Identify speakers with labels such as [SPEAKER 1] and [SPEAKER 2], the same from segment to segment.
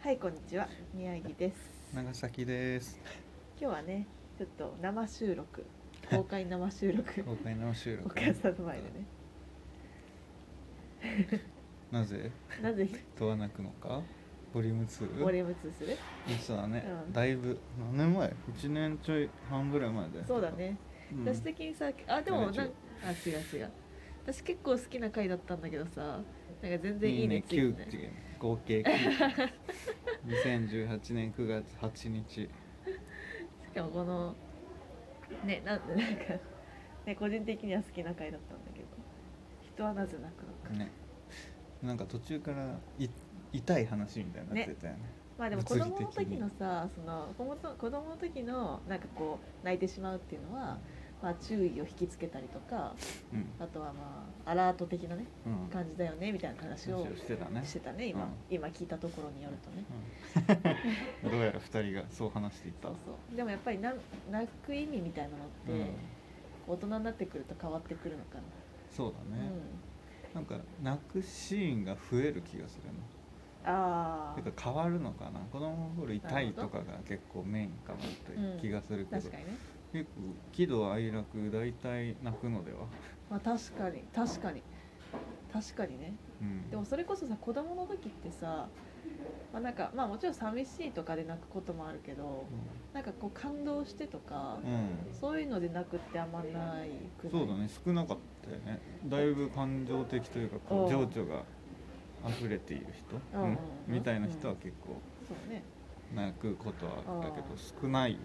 [SPEAKER 1] はいこんにちは宮城です
[SPEAKER 2] 長崎です。
[SPEAKER 1] 今日はねちょっと生収 録公開生収録
[SPEAKER 2] 公開生収
[SPEAKER 1] お
[SPEAKER 2] 録。
[SPEAKER 1] 母さんの前でね
[SPEAKER 2] なぜ
[SPEAKER 1] なぜ
[SPEAKER 2] 問わなくのか。ボリューム2。
[SPEAKER 1] ボリューム2する
[SPEAKER 2] そうだね、
[SPEAKER 1] うん
[SPEAKER 2] だいぶ何年前？一年ちょい半ぐらい前だよ。
[SPEAKER 1] そうだ。ね、
[SPEAKER 2] うん、
[SPEAKER 1] 私的にさあでもな
[SPEAKER 2] 違う
[SPEAKER 1] ん
[SPEAKER 2] 違う
[SPEAKER 1] あ違う違う私結構好きな回だったんだけどさなんか全然い
[SPEAKER 2] いい
[SPEAKER 1] いね
[SPEAKER 2] ね
[SPEAKER 1] ついて
[SPEAKER 2] 九っ
[SPEAKER 1] ない
[SPEAKER 2] ていう合計9。2018年9月8日。
[SPEAKER 1] しかもこのねなんなんかね個人的には好きな回だったんだけど人はなぜ泣くのか、
[SPEAKER 2] ね。なんか途中からい痛い話みたいになってたよね。
[SPEAKER 1] まあでも子
[SPEAKER 2] 物理
[SPEAKER 1] 供の
[SPEAKER 2] 的
[SPEAKER 1] 時
[SPEAKER 2] に
[SPEAKER 1] のさその子供と子供の時のなんかこう泣いてしまうっていうのは、まあ、注意を引きつけたりとか
[SPEAKER 2] うん。
[SPEAKER 1] あとはまあアラート的なね
[SPEAKER 2] うん。
[SPEAKER 1] 感じだよねみたいな話を
[SPEAKER 2] 話をしてたね
[SPEAKER 1] してたね今、
[SPEAKER 2] うん
[SPEAKER 1] 今聞いたところによるとね。
[SPEAKER 2] うん どうやら二人がそう話していた。
[SPEAKER 1] そうそうでもやっぱりな泣く意味みたいなのって、
[SPEAKER 2] うん
[SPEAKER 1] 大人になってくると変わってくるのかな。
[SPEAKER 2] そうだね。なんか泣くシーンが増える気がするな
[SPEAKER 1] うん、ああ
[SPEAKER 2] てか変わるのかな子供の頃痛いとかが結構メインかな
[SPEAKER 1] う
[SPEAKER 2] っ
[SPEAKER 1] ん
[SPEAKER 2] て気がするけど、
[SPEAKER 1] 確かにね。
[SPEAKER 2] 結構喜怒哀楽大体泣くのでは、
[SPEAKER 1] まあ確かに確かに確かにね。
[SPEAKER 2] うん、
[SPEAKER 1] でもそれこそさ子供の時ってさ、まあ、なんかまあもちろん寂しいとかで泣くこともあるけど、なんかこう感動してとか、
[SPEAKER 2] うん、
[SPEAKER 1] そういうので泣くってあんまないく
[SPEAKER 2] うん
[SPEAKER 1] らい
[SPEAKER 2] そうだね少なかったよねだいぶ感情的というかこう
[SPEAKER 1] う
[SPEAKER 2] 情
[SPEAKER 1] ん
[SPEAKER 2] 緒が溢れている人、
[SPEAKER 1] うんうんうん
[SPEAKER 2] みたいな人は結構
[SPEAKER 1] そうね
[SPEAKER 2] 泣くことはあったけど
[SPEAKER 1] うん
[SPEAKER 2] 少ない、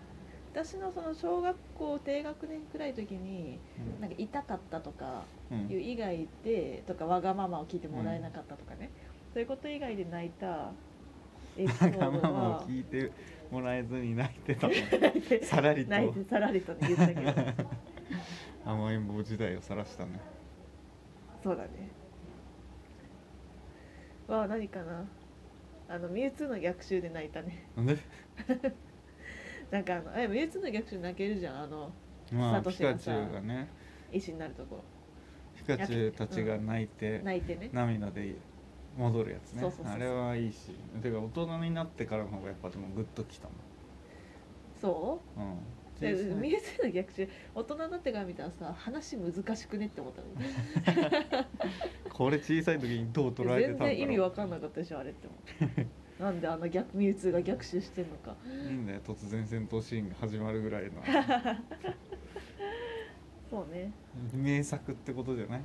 [SPEAKER 1] 私のその小学校低学年くらいの時になんか痛かったとか
[SPEAKER 2] うん
[SPEAKER 1] いう以外でとかわがままを聞いてもらえなかったとかね、そういうこと以外で泣いたエピソ
[SPEAKER 2] わ
[SPEAKER 1] ード
[SPEAKER 2] が
[SPEAKER 1] は
[SPEAKER 2] ままを聞いてもらえずに泣いてたもんさらり と
[SPEAKER 1] 泣いてさらりとね言ったけど
[SPEAKER 2] 甘えん坊時代を晒したね
[SPEAKER 1] そうだねわあ何かなあのミュウツーの逆襲で泣いたね
[SPEAKER 2] なんで
[SPEAKER 1] なんかあのえミュウツーの逆襲泣けるじゃんあの
[SPEAKER 2] まあ
[SPEAKER 1] サト
[SPEAKER 2] ピ
[SPEAKER 1] シが
[SPEAKER 2] カ
[SPEAKER 1] さ
[SPEAKER 2] チュウがね
[SPEAKER 1] 医師になるとこ
[SPEAKER 2] ピカチュウたちが泣いて、
[SPEAKER 1] 泣いてね
[SPEAKER 2] 涙で戻るやつね
[SPEAKER 1] そうそうそうそう
[SPEAKER 2] あれはいいしてか大人になってからの方がやっぱでもグッときた
[SPEAKER 1] そ
[SPEAKER 2] もん、うん、
[SPEAKER 1] うで
[SPEAKER 2] 小さい
[SPEAKER 1] ミュウツーの逆襲大人になってから見たらさ話難しくねって思 ったの
[SPEAKER 2] これ小さい時にどう捉えてた
[SPEAKER 1] 全
[SPEAKER 2] んだろう
[SPEAKER 1] 然意味わかんなかったでしょあれって思 うなんであの逆ミュウツーが逆襲してんのか
[SPEAKER 2] いいんだよ突然戦闘シーンが始まるぐらい の
[SPEAKER 1] そうね
[SPEAKER 2] 名作ってことじゃない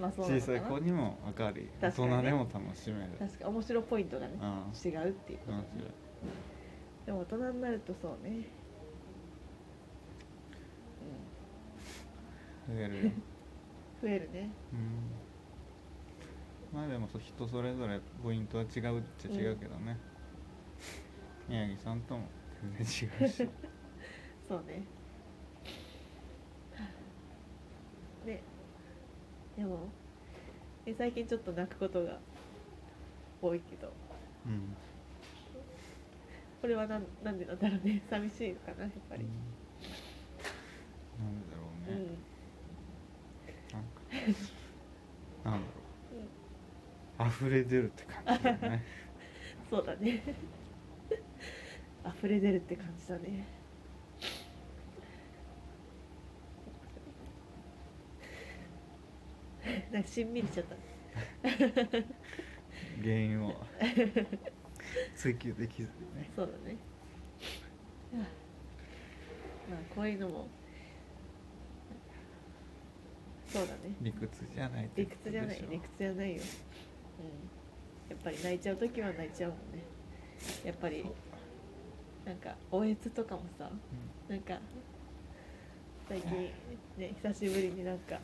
[SPEAKER 1] まあそうな
[SPEAKER 2] 小
[SPEAKER 1] の
[SPEAKER 2] さい子
[SPEAKER 1] かな
[SPEAKER 2] にも分かり大
[SPEAKER 1] 確かにね
[SPEAKER 2] 人でも楽しめる
[SPEAKER 1] 確か面白ポイントがね
[SPEAKER 2] うん面
[SPEAKER 1] 違うっていうこと、
[SPEAKER 2] 白い
[SPEAKER 1] でも大人になるとそうね
[SPEAKER 2] 増えるよ
[SPEAKER 1] うん増えるね
[SPEAKER 2] うんまあでもそう人それぞれポイントは違うっちゃ違うけどね、宮城さんとも全然違 うし
[SPEAKER 1] そうね。ね。でも。え、最近ちょっと泣くことが。多いけど。
[SPEAKER 2] うん
[SPEAKER 1] これはなん、なんでなんだろうね。寂しいのかな、やっぱり。
[SPEAKER 2] なんでだろ
[SPEAKER 1] う。
[SPEAKER 2] うんね、なんかなんだろう溢れ出るって感じだよ ね
[SPEAKER 1] そうだね。溢れ出るって感じだね。なんかしんみりしちゃった。
[SPEAKER 2] 原因を追求できずにね
[SPEAKER 1] そうだね。まあ、こういうのも。そうだね。
[SPEAKER 2] 理屈じゃないって
[SPEAKER 1] 理
[SPEAKER 2] こ
[SPEAKER 1] 屈
[SPEAKER 2] と
[SPEAKER 1] じ
[SPEAKER 2] で
[SPEAKER 1] ゃない
[SPEAKER 2] しょ、
[SPEAKER 1] 理屈じゃないよ。うん。やっぱり泣いちゃう時は泣いちゃうもんね。やっぱり
[SPEAKER 2] そう。
[SPEAKER 1] なんか、おえつとかもさ、
[SPEAKER 2] うん
[SPEAKER 1] なんか。最近、ね、久しぶりになんか。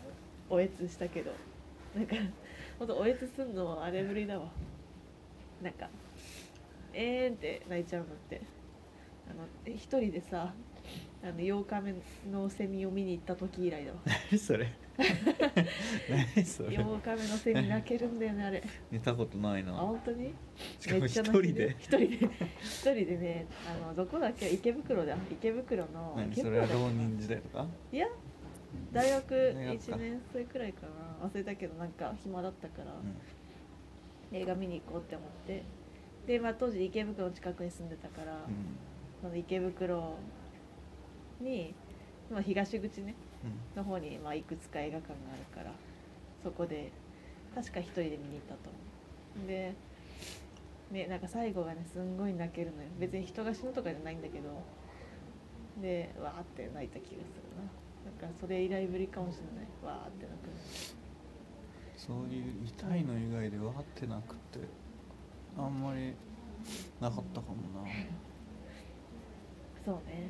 [SPEAKER 1] おえつしたけど。なんか。ほんとおえつすんの、あれぶりだわ。なんか。えーんって泣いちゃうのってあのえ一人でさあの8日目のセミを見に行った時以来だわ
[SPEAKER 2] 何 それ何 それ
[SPEAKER 1] 8日目のセミ泣けるんだよねあれ
[SPEAKER 2] 見たことない
[SPEAKER 1] あ
[SPEAKER 2] な
[SPEAKER 1] 本当に
[SPEAKER 2] しかも一人
[SPEAKER 1] 泣いてる
[SPEAKER 2] で
[SPEAKER 1] 一人で一人でねあのどこだっけ池袋だ池袋の
[SPEAKER 2] 何
[SPEAKER 1] 池
[SPEAKER 2] そ
[SPEAKER 1] 袋
[SPEAKER 2] れは
[SPEAKER 1] だっけな
[SPEAKER 2] 浪人時代とか
[SPEAKER 1] いや大学
[SPEAKER 2] 大学か
[SPEAKER 1] 1年生くらいかな忘れたけどなんか暇だったから、
[SPEAKER 2] うん
[SPEAKER 1] 映画見に行こうって思ってで、まあ、当時池袋の近くに住んでたから、
[SPEAKER 2] うん
[SPEAKER 1] その池袋に、まあ、東口ね
[SPEAKER 2] うん
[SPEAKER 1] の方に、まあ、いくつか映画館があるからそこで確か一人で見に行ったと思うで、ね、なんか最後がねすんごい泣けるのよ別に人が死ぬとかじゃないんだけどでわーって泣いた気がするななんかそれ以来ぶりかもしれないわーって泣くの
[SPEAKER 2] そういう痛いの以外でわーってなくってあんまりなかったかもな、
[SPEAKER 1] そうね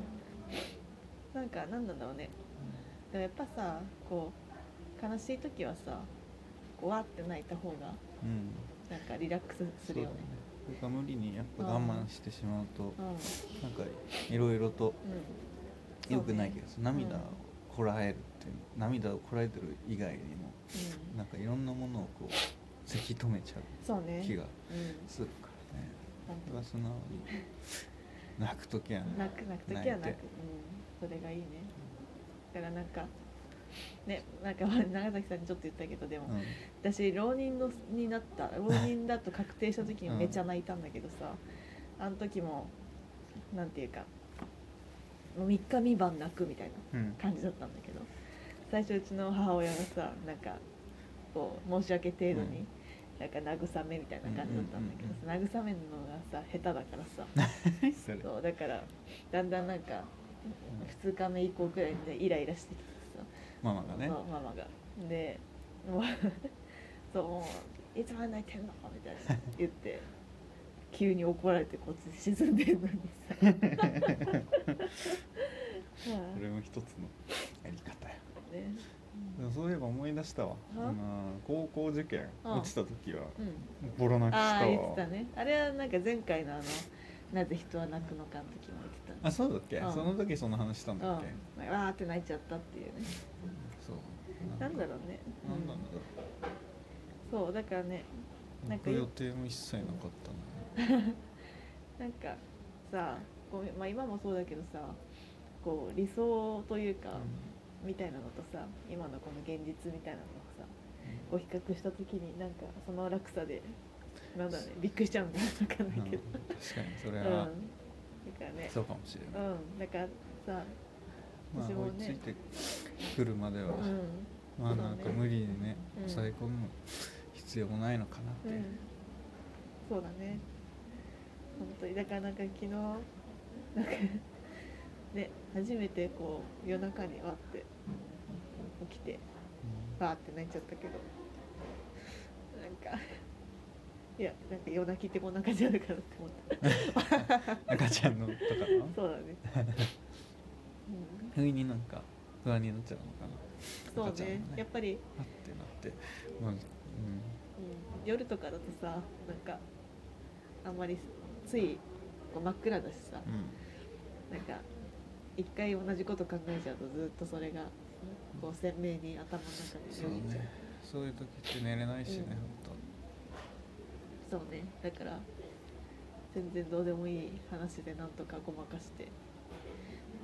[SPEAKER 1] なんか何なんだろうねでもやっぱさこう悲しい時はさこうわーって泣いた方が
[SPEAKER 2] うん、
[SPEAKER 1] なんかリラックスするよね
[SPEAKER 2] それか無理にやっぱ我慢してしまうと
[SPEAKER 1] うんうん
[SPEAKER 2] なんかいろいろと良くない気がする、
[SPEAKER 1] うね
[SPEAKER 2] 涙をこらえるっていう涙をこらえてる以外にも
[SPEAKER 1] うん
[SPEAKER 2] なんかいろんなものをこうせき止めちゃ
[SPEAKER 1] そう
[SPEAKER 2] う
[SPEAKER 1] ね
[SPEAKER 2] 気が
[SPEAKER 1] うん
[SPEAKER 2] するからね
[SPEAKER 1] 本
[SPEAKER 2] それは素直に泣く時は
[SPEAKER 1] 当
[SPEAKER 2] ね
[SPEAKER 1] 泣く泣く時は
[SPEAKER 2] 泣
[SPEAKER 1] 泣
[SPEAKER 2] い
[SPEAKER 1] く
[SPEAKER 2] て
[SPEAKER 1] うんそれがいいねだからなんかねなんか まあ長崎さんにちょっと言ったけどでも、
[SPEAKER 2] うん
[SPEAKER 1] 私浪人のにな った浪人だと確定した時にめっちゃ泣いたんだけどさ、あの時もなんていうかもう3日三晩泣くみたいな
[SPEAKER 2] うん
[SPEAKER 1] 感じだったんだけど最初うちの母親がさなんかこう申し訳程度に、なんか慰めみたいな感じだったんだけどさ、慰めるのがさ下手だからさ
[SPEAKER 2] それ
[SPEAKER 1] そうだからだんだんなんか2日目以降くらいでイライラしてきてさ
[SPEAKER 2] ママがね
[SPEAKER 1] そうママがでもう そうもういつまで泣いてんのみたいな言って急に怒られてこっち沈んでるのにさ は
[SPEAKER 2] それも一つのやり方や
[SPEAKER 1] あね
[SPEAKER 2] でもそういえば思い出したわあ
[SPEAKER 1] は
[SPEAKER 2] の高校受験
[SPEAKER 1] うん
[SPEAKER 2] 落ちた時は
[SPEAKER 1] うん、
[SPEAKER 2] ボロ泣きし
[SPEAKER 1] ああ
[SPEAKER 2] た
[SPEAKER 1] 言って
[SPEAKER 2] わ
[SPEAKER 1] たねあれはなんか前回のあの「なぜ人は泣くのか」の時も言ってたね
[SPEAKER 2] あそうだっけ
[SPEAKER 1] うん
[SPEAKER 2] その時その話したん
[SPEAKER 1] うん、
[SPEAKER 2] だっ
[SPEAKER 1] わ
[SPEAKER 2] け
[SPEAKER 1] ーって泣いちゃったっていうね
[SPEAKER 2] そう
[SPEAKER 1] なんだろうね、う
[SPEAKER 2] なんだろう
[SPEAKER 1] そうだからねな
[SPEAKER 2] なんん
[SPEAKER 1] か
[SPEAKER 2] か
[SPEAKER 1] い
[SPEAKER 2] 予定も一切なかったな
[SPEAKER 1] なんかさこう、まあ、今もそうだけどさこう理想というか、みたいなのとさ今のこの現実みたいなのをさこう比較した時になんかその落差でなんだろうねびっくりしちゃうんだよ分かん
[SPEAKER 2] うん
[SPEAKER 1] ないけど、
[SPEAKER 2] 確かにそれ
[SPEAKER 1] うん、だ
[SPEAKER 2] は
[SPEAKER 1] からね
[SPEAKER 2] そうかもしれ
[SPEAKER 1] う
[SPEAKER 2] ない
[SPEAKER 1] んだからさ
[SPEAKER 2] まあ
[SPEAKER 1] 私も
[SPEAKER 2] 追い
[SPEAKER 1] ね
[SPEAKER 2] ついてくるまでは
[SPEAKER 1] うん
[SPEAKER 2] まあなんか無理にね
[SPEAKER 1] うん
[SPEAKER 2] 抑え込む必要もないのかなっ
[SPEAKER 1] う
[SPEAKER 2] て
[SPEAKER 1] ん、そうだね本当にだからなんか昨日なんかね初めてこう夜中にわって起きてわーって泣いちゃったけどなんかいやなんか夜泣きってこんな感じなのかなって思った
[SPEAKER 2] うん赤ちゃんのとかの
[SPEAKER 1] そうだね、
[SPEAKER 2] 不意になんか不安になっちゃうのかな
[SPEAKER 1] うん、そう
[SPEAKER 2] 赤ちゃん
[SPEAKER 1] ね
[SPEAKER 2] もね
[SPEAKER 1] やっぱり、
[SPEAKER 2] あってなってまあう
[SPEAKER 1] うん、夜とかだとさなんかあんまりついこう真っ暗だしさ、
[SPEAKER 2] ん
[SPEAKER 1] なんか一回同じこと考えちゃうとずっとそれがこう鮮明に頭の中に
[SPEAKER 2] そ
[SPEAKER 1] よ
[SPEAKER 2] う
[SPEAKER 1] ぎっちゃう
[SPEAKER 2] ねそういう時って寝れないしね
[SPEAKER 1] うん
[SPEAKER 2] 本
[SPEAKER 1] そうねだから全然どうでもいい話でなんとかごまかしてで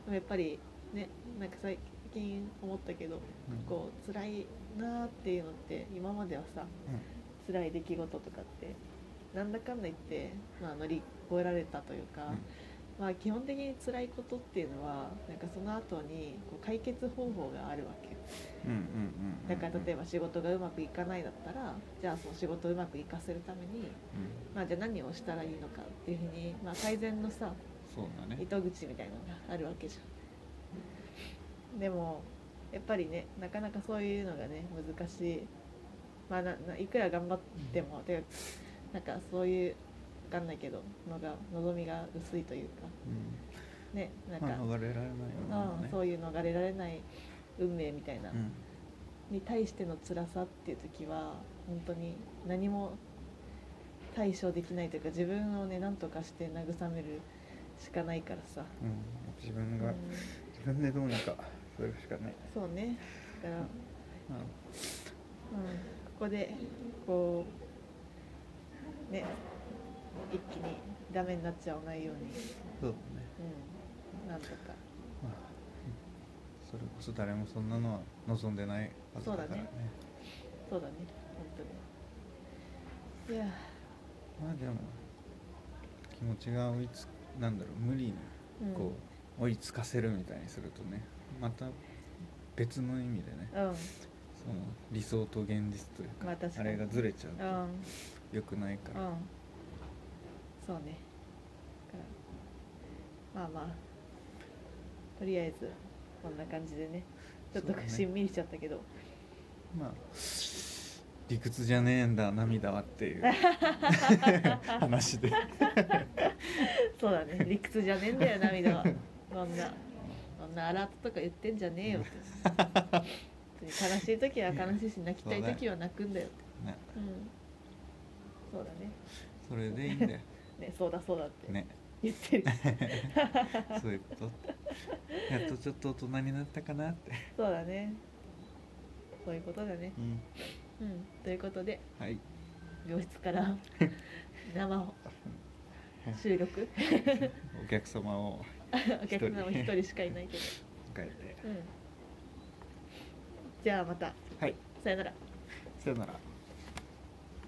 [SPEAKER 1] もやっぱりねなんか最近思ったけど
[SPEAKER 2] 当うん
[SPEAKER 1] こう辛いなーっていうのって今まではさ辛い出来事とかってなんだかんだ言って、まあ、乗り越えられたというか、
[SPEAKER 2] うん
[SPEAKER 1] まあ、基本的に辛いことっていうのはなんかその後にこう解決方法があるわけよ
[SPEAKER 2] うんうんうんうん
[SPEAKER 1] だから例え
[SPEAKER 2] ば
[SPEAKER 1] ば仕事がうまくいかないだったらじゃあその仕事をうまくいかせるために、まあ、じゃあ何をしたらいいのかっていうふうに、まあ、改善のさ
[SPEAKER 2] そうだね
[SPEAKER 1] 糸口みたいなのがあるわけじゃんでもやっぱりねなかなかそういうのがね難しいまあなないくら頑張っても、でなんかそういう分かんないけどのが望みが薄いというか
[SPEAKER 2] うん
[SPEAKER 1] ねなんか、
[SPEAKER 2] まあ逃れられないようなもん
[SPEAKER 1] う
[SPEAKER 2] ね
[SPEAKER 1] ん、そういう逃れられない運命みたいな、
[SPEAKER 2] うん
[SPEAKER 1] に対しての辛さっていう時は本当に何も対処できないというか自分をね何とかして慰めるしかないからさ、
[SPEAKER 2] うん自分
[SPEAKER 1] う
[SPEAKER 2] が
[SPEAKER 1] ん
[SPEAKER 2] 自分でどうにかそれしかない
[SPEAKER 1] そうねだから、うん、
[SPEAKER 2] まあ
[SPEAKER 1] ここでこうね一気にダメになっちゃわないように、
[SPEAKER 2] そうだね
[SPEAKER 1] うん、なんとか
[SPEAKER 2] まあそれこそ誰もそんなのは望んでないはずだから
[SPEAKER 1] そうだ
[SPEAKER 2] ね
[SPEAKER 1] ねそうだね本当にいや
[SPEAKER 2] まあでも気持ちが追いつなんだろう無理に
[SPEAKER 1] うん
[SPEAKER 2] こう追いつかせるみたいにするとねまた別の意味でね
[SPEAKER 1] うん
[SPEAKER 2] その理想と現実というか
[SPEAKER 1] まあ確か
[SPEAKER 2] あ
[SPEAKER 1] に
[SPEAKER 2] れがずれちゃ
[SPEAKER 1] うん
[SPEAKER 2] うと良くないか
[SPEAKER 1] う
[SPEAKER 2] ら
[SPEAKER 1] んそうねだからまあまあとりあえずこんな感じでねちょっと
[SPEAKER 2] そうだね
[SPEAKER 1] しんみりしちゃったけど、
[SPEAKER 2] まあ理屈じゃねえんだ涙はっ ていう話で
[SPEAKER 1] そうだね理屈じゃねえんだよ涙はそんなそんなアラートとか言ってんじゃねえよって悲しい時は悲しいし泣きたい時は泣くんだよって
[SPEAKER 2] ね
[SPEAKER 1] うんそうだね
[SPEAKER 2] それでいいんだよ
[SPEAKER 1] ねそうだそうだって、
[SPEAKER 2] ね
[SPEAKER 1] 言ってる
[SPEAKER 2] そういうことやっとちょっと大人になったかなって
[SPEAKER 1] そうだねそういうことだね
[SPEAKER 2] うん
[SPEAKER 1] うんということで
[SPEAKER 2] はい
[SPEAKER 1] 病室から生収録
[SPEAKER 2] お客様を
[SPEAKER 1] お客様も一人しかいないけ
[SPEAKER 2] 迎えて
[SPEAKER 1] ど、うん、じゃあまた
[SPEAKER 2] はい
[SPEAKER 1] さよなら
[SPEAKER 2] さよなら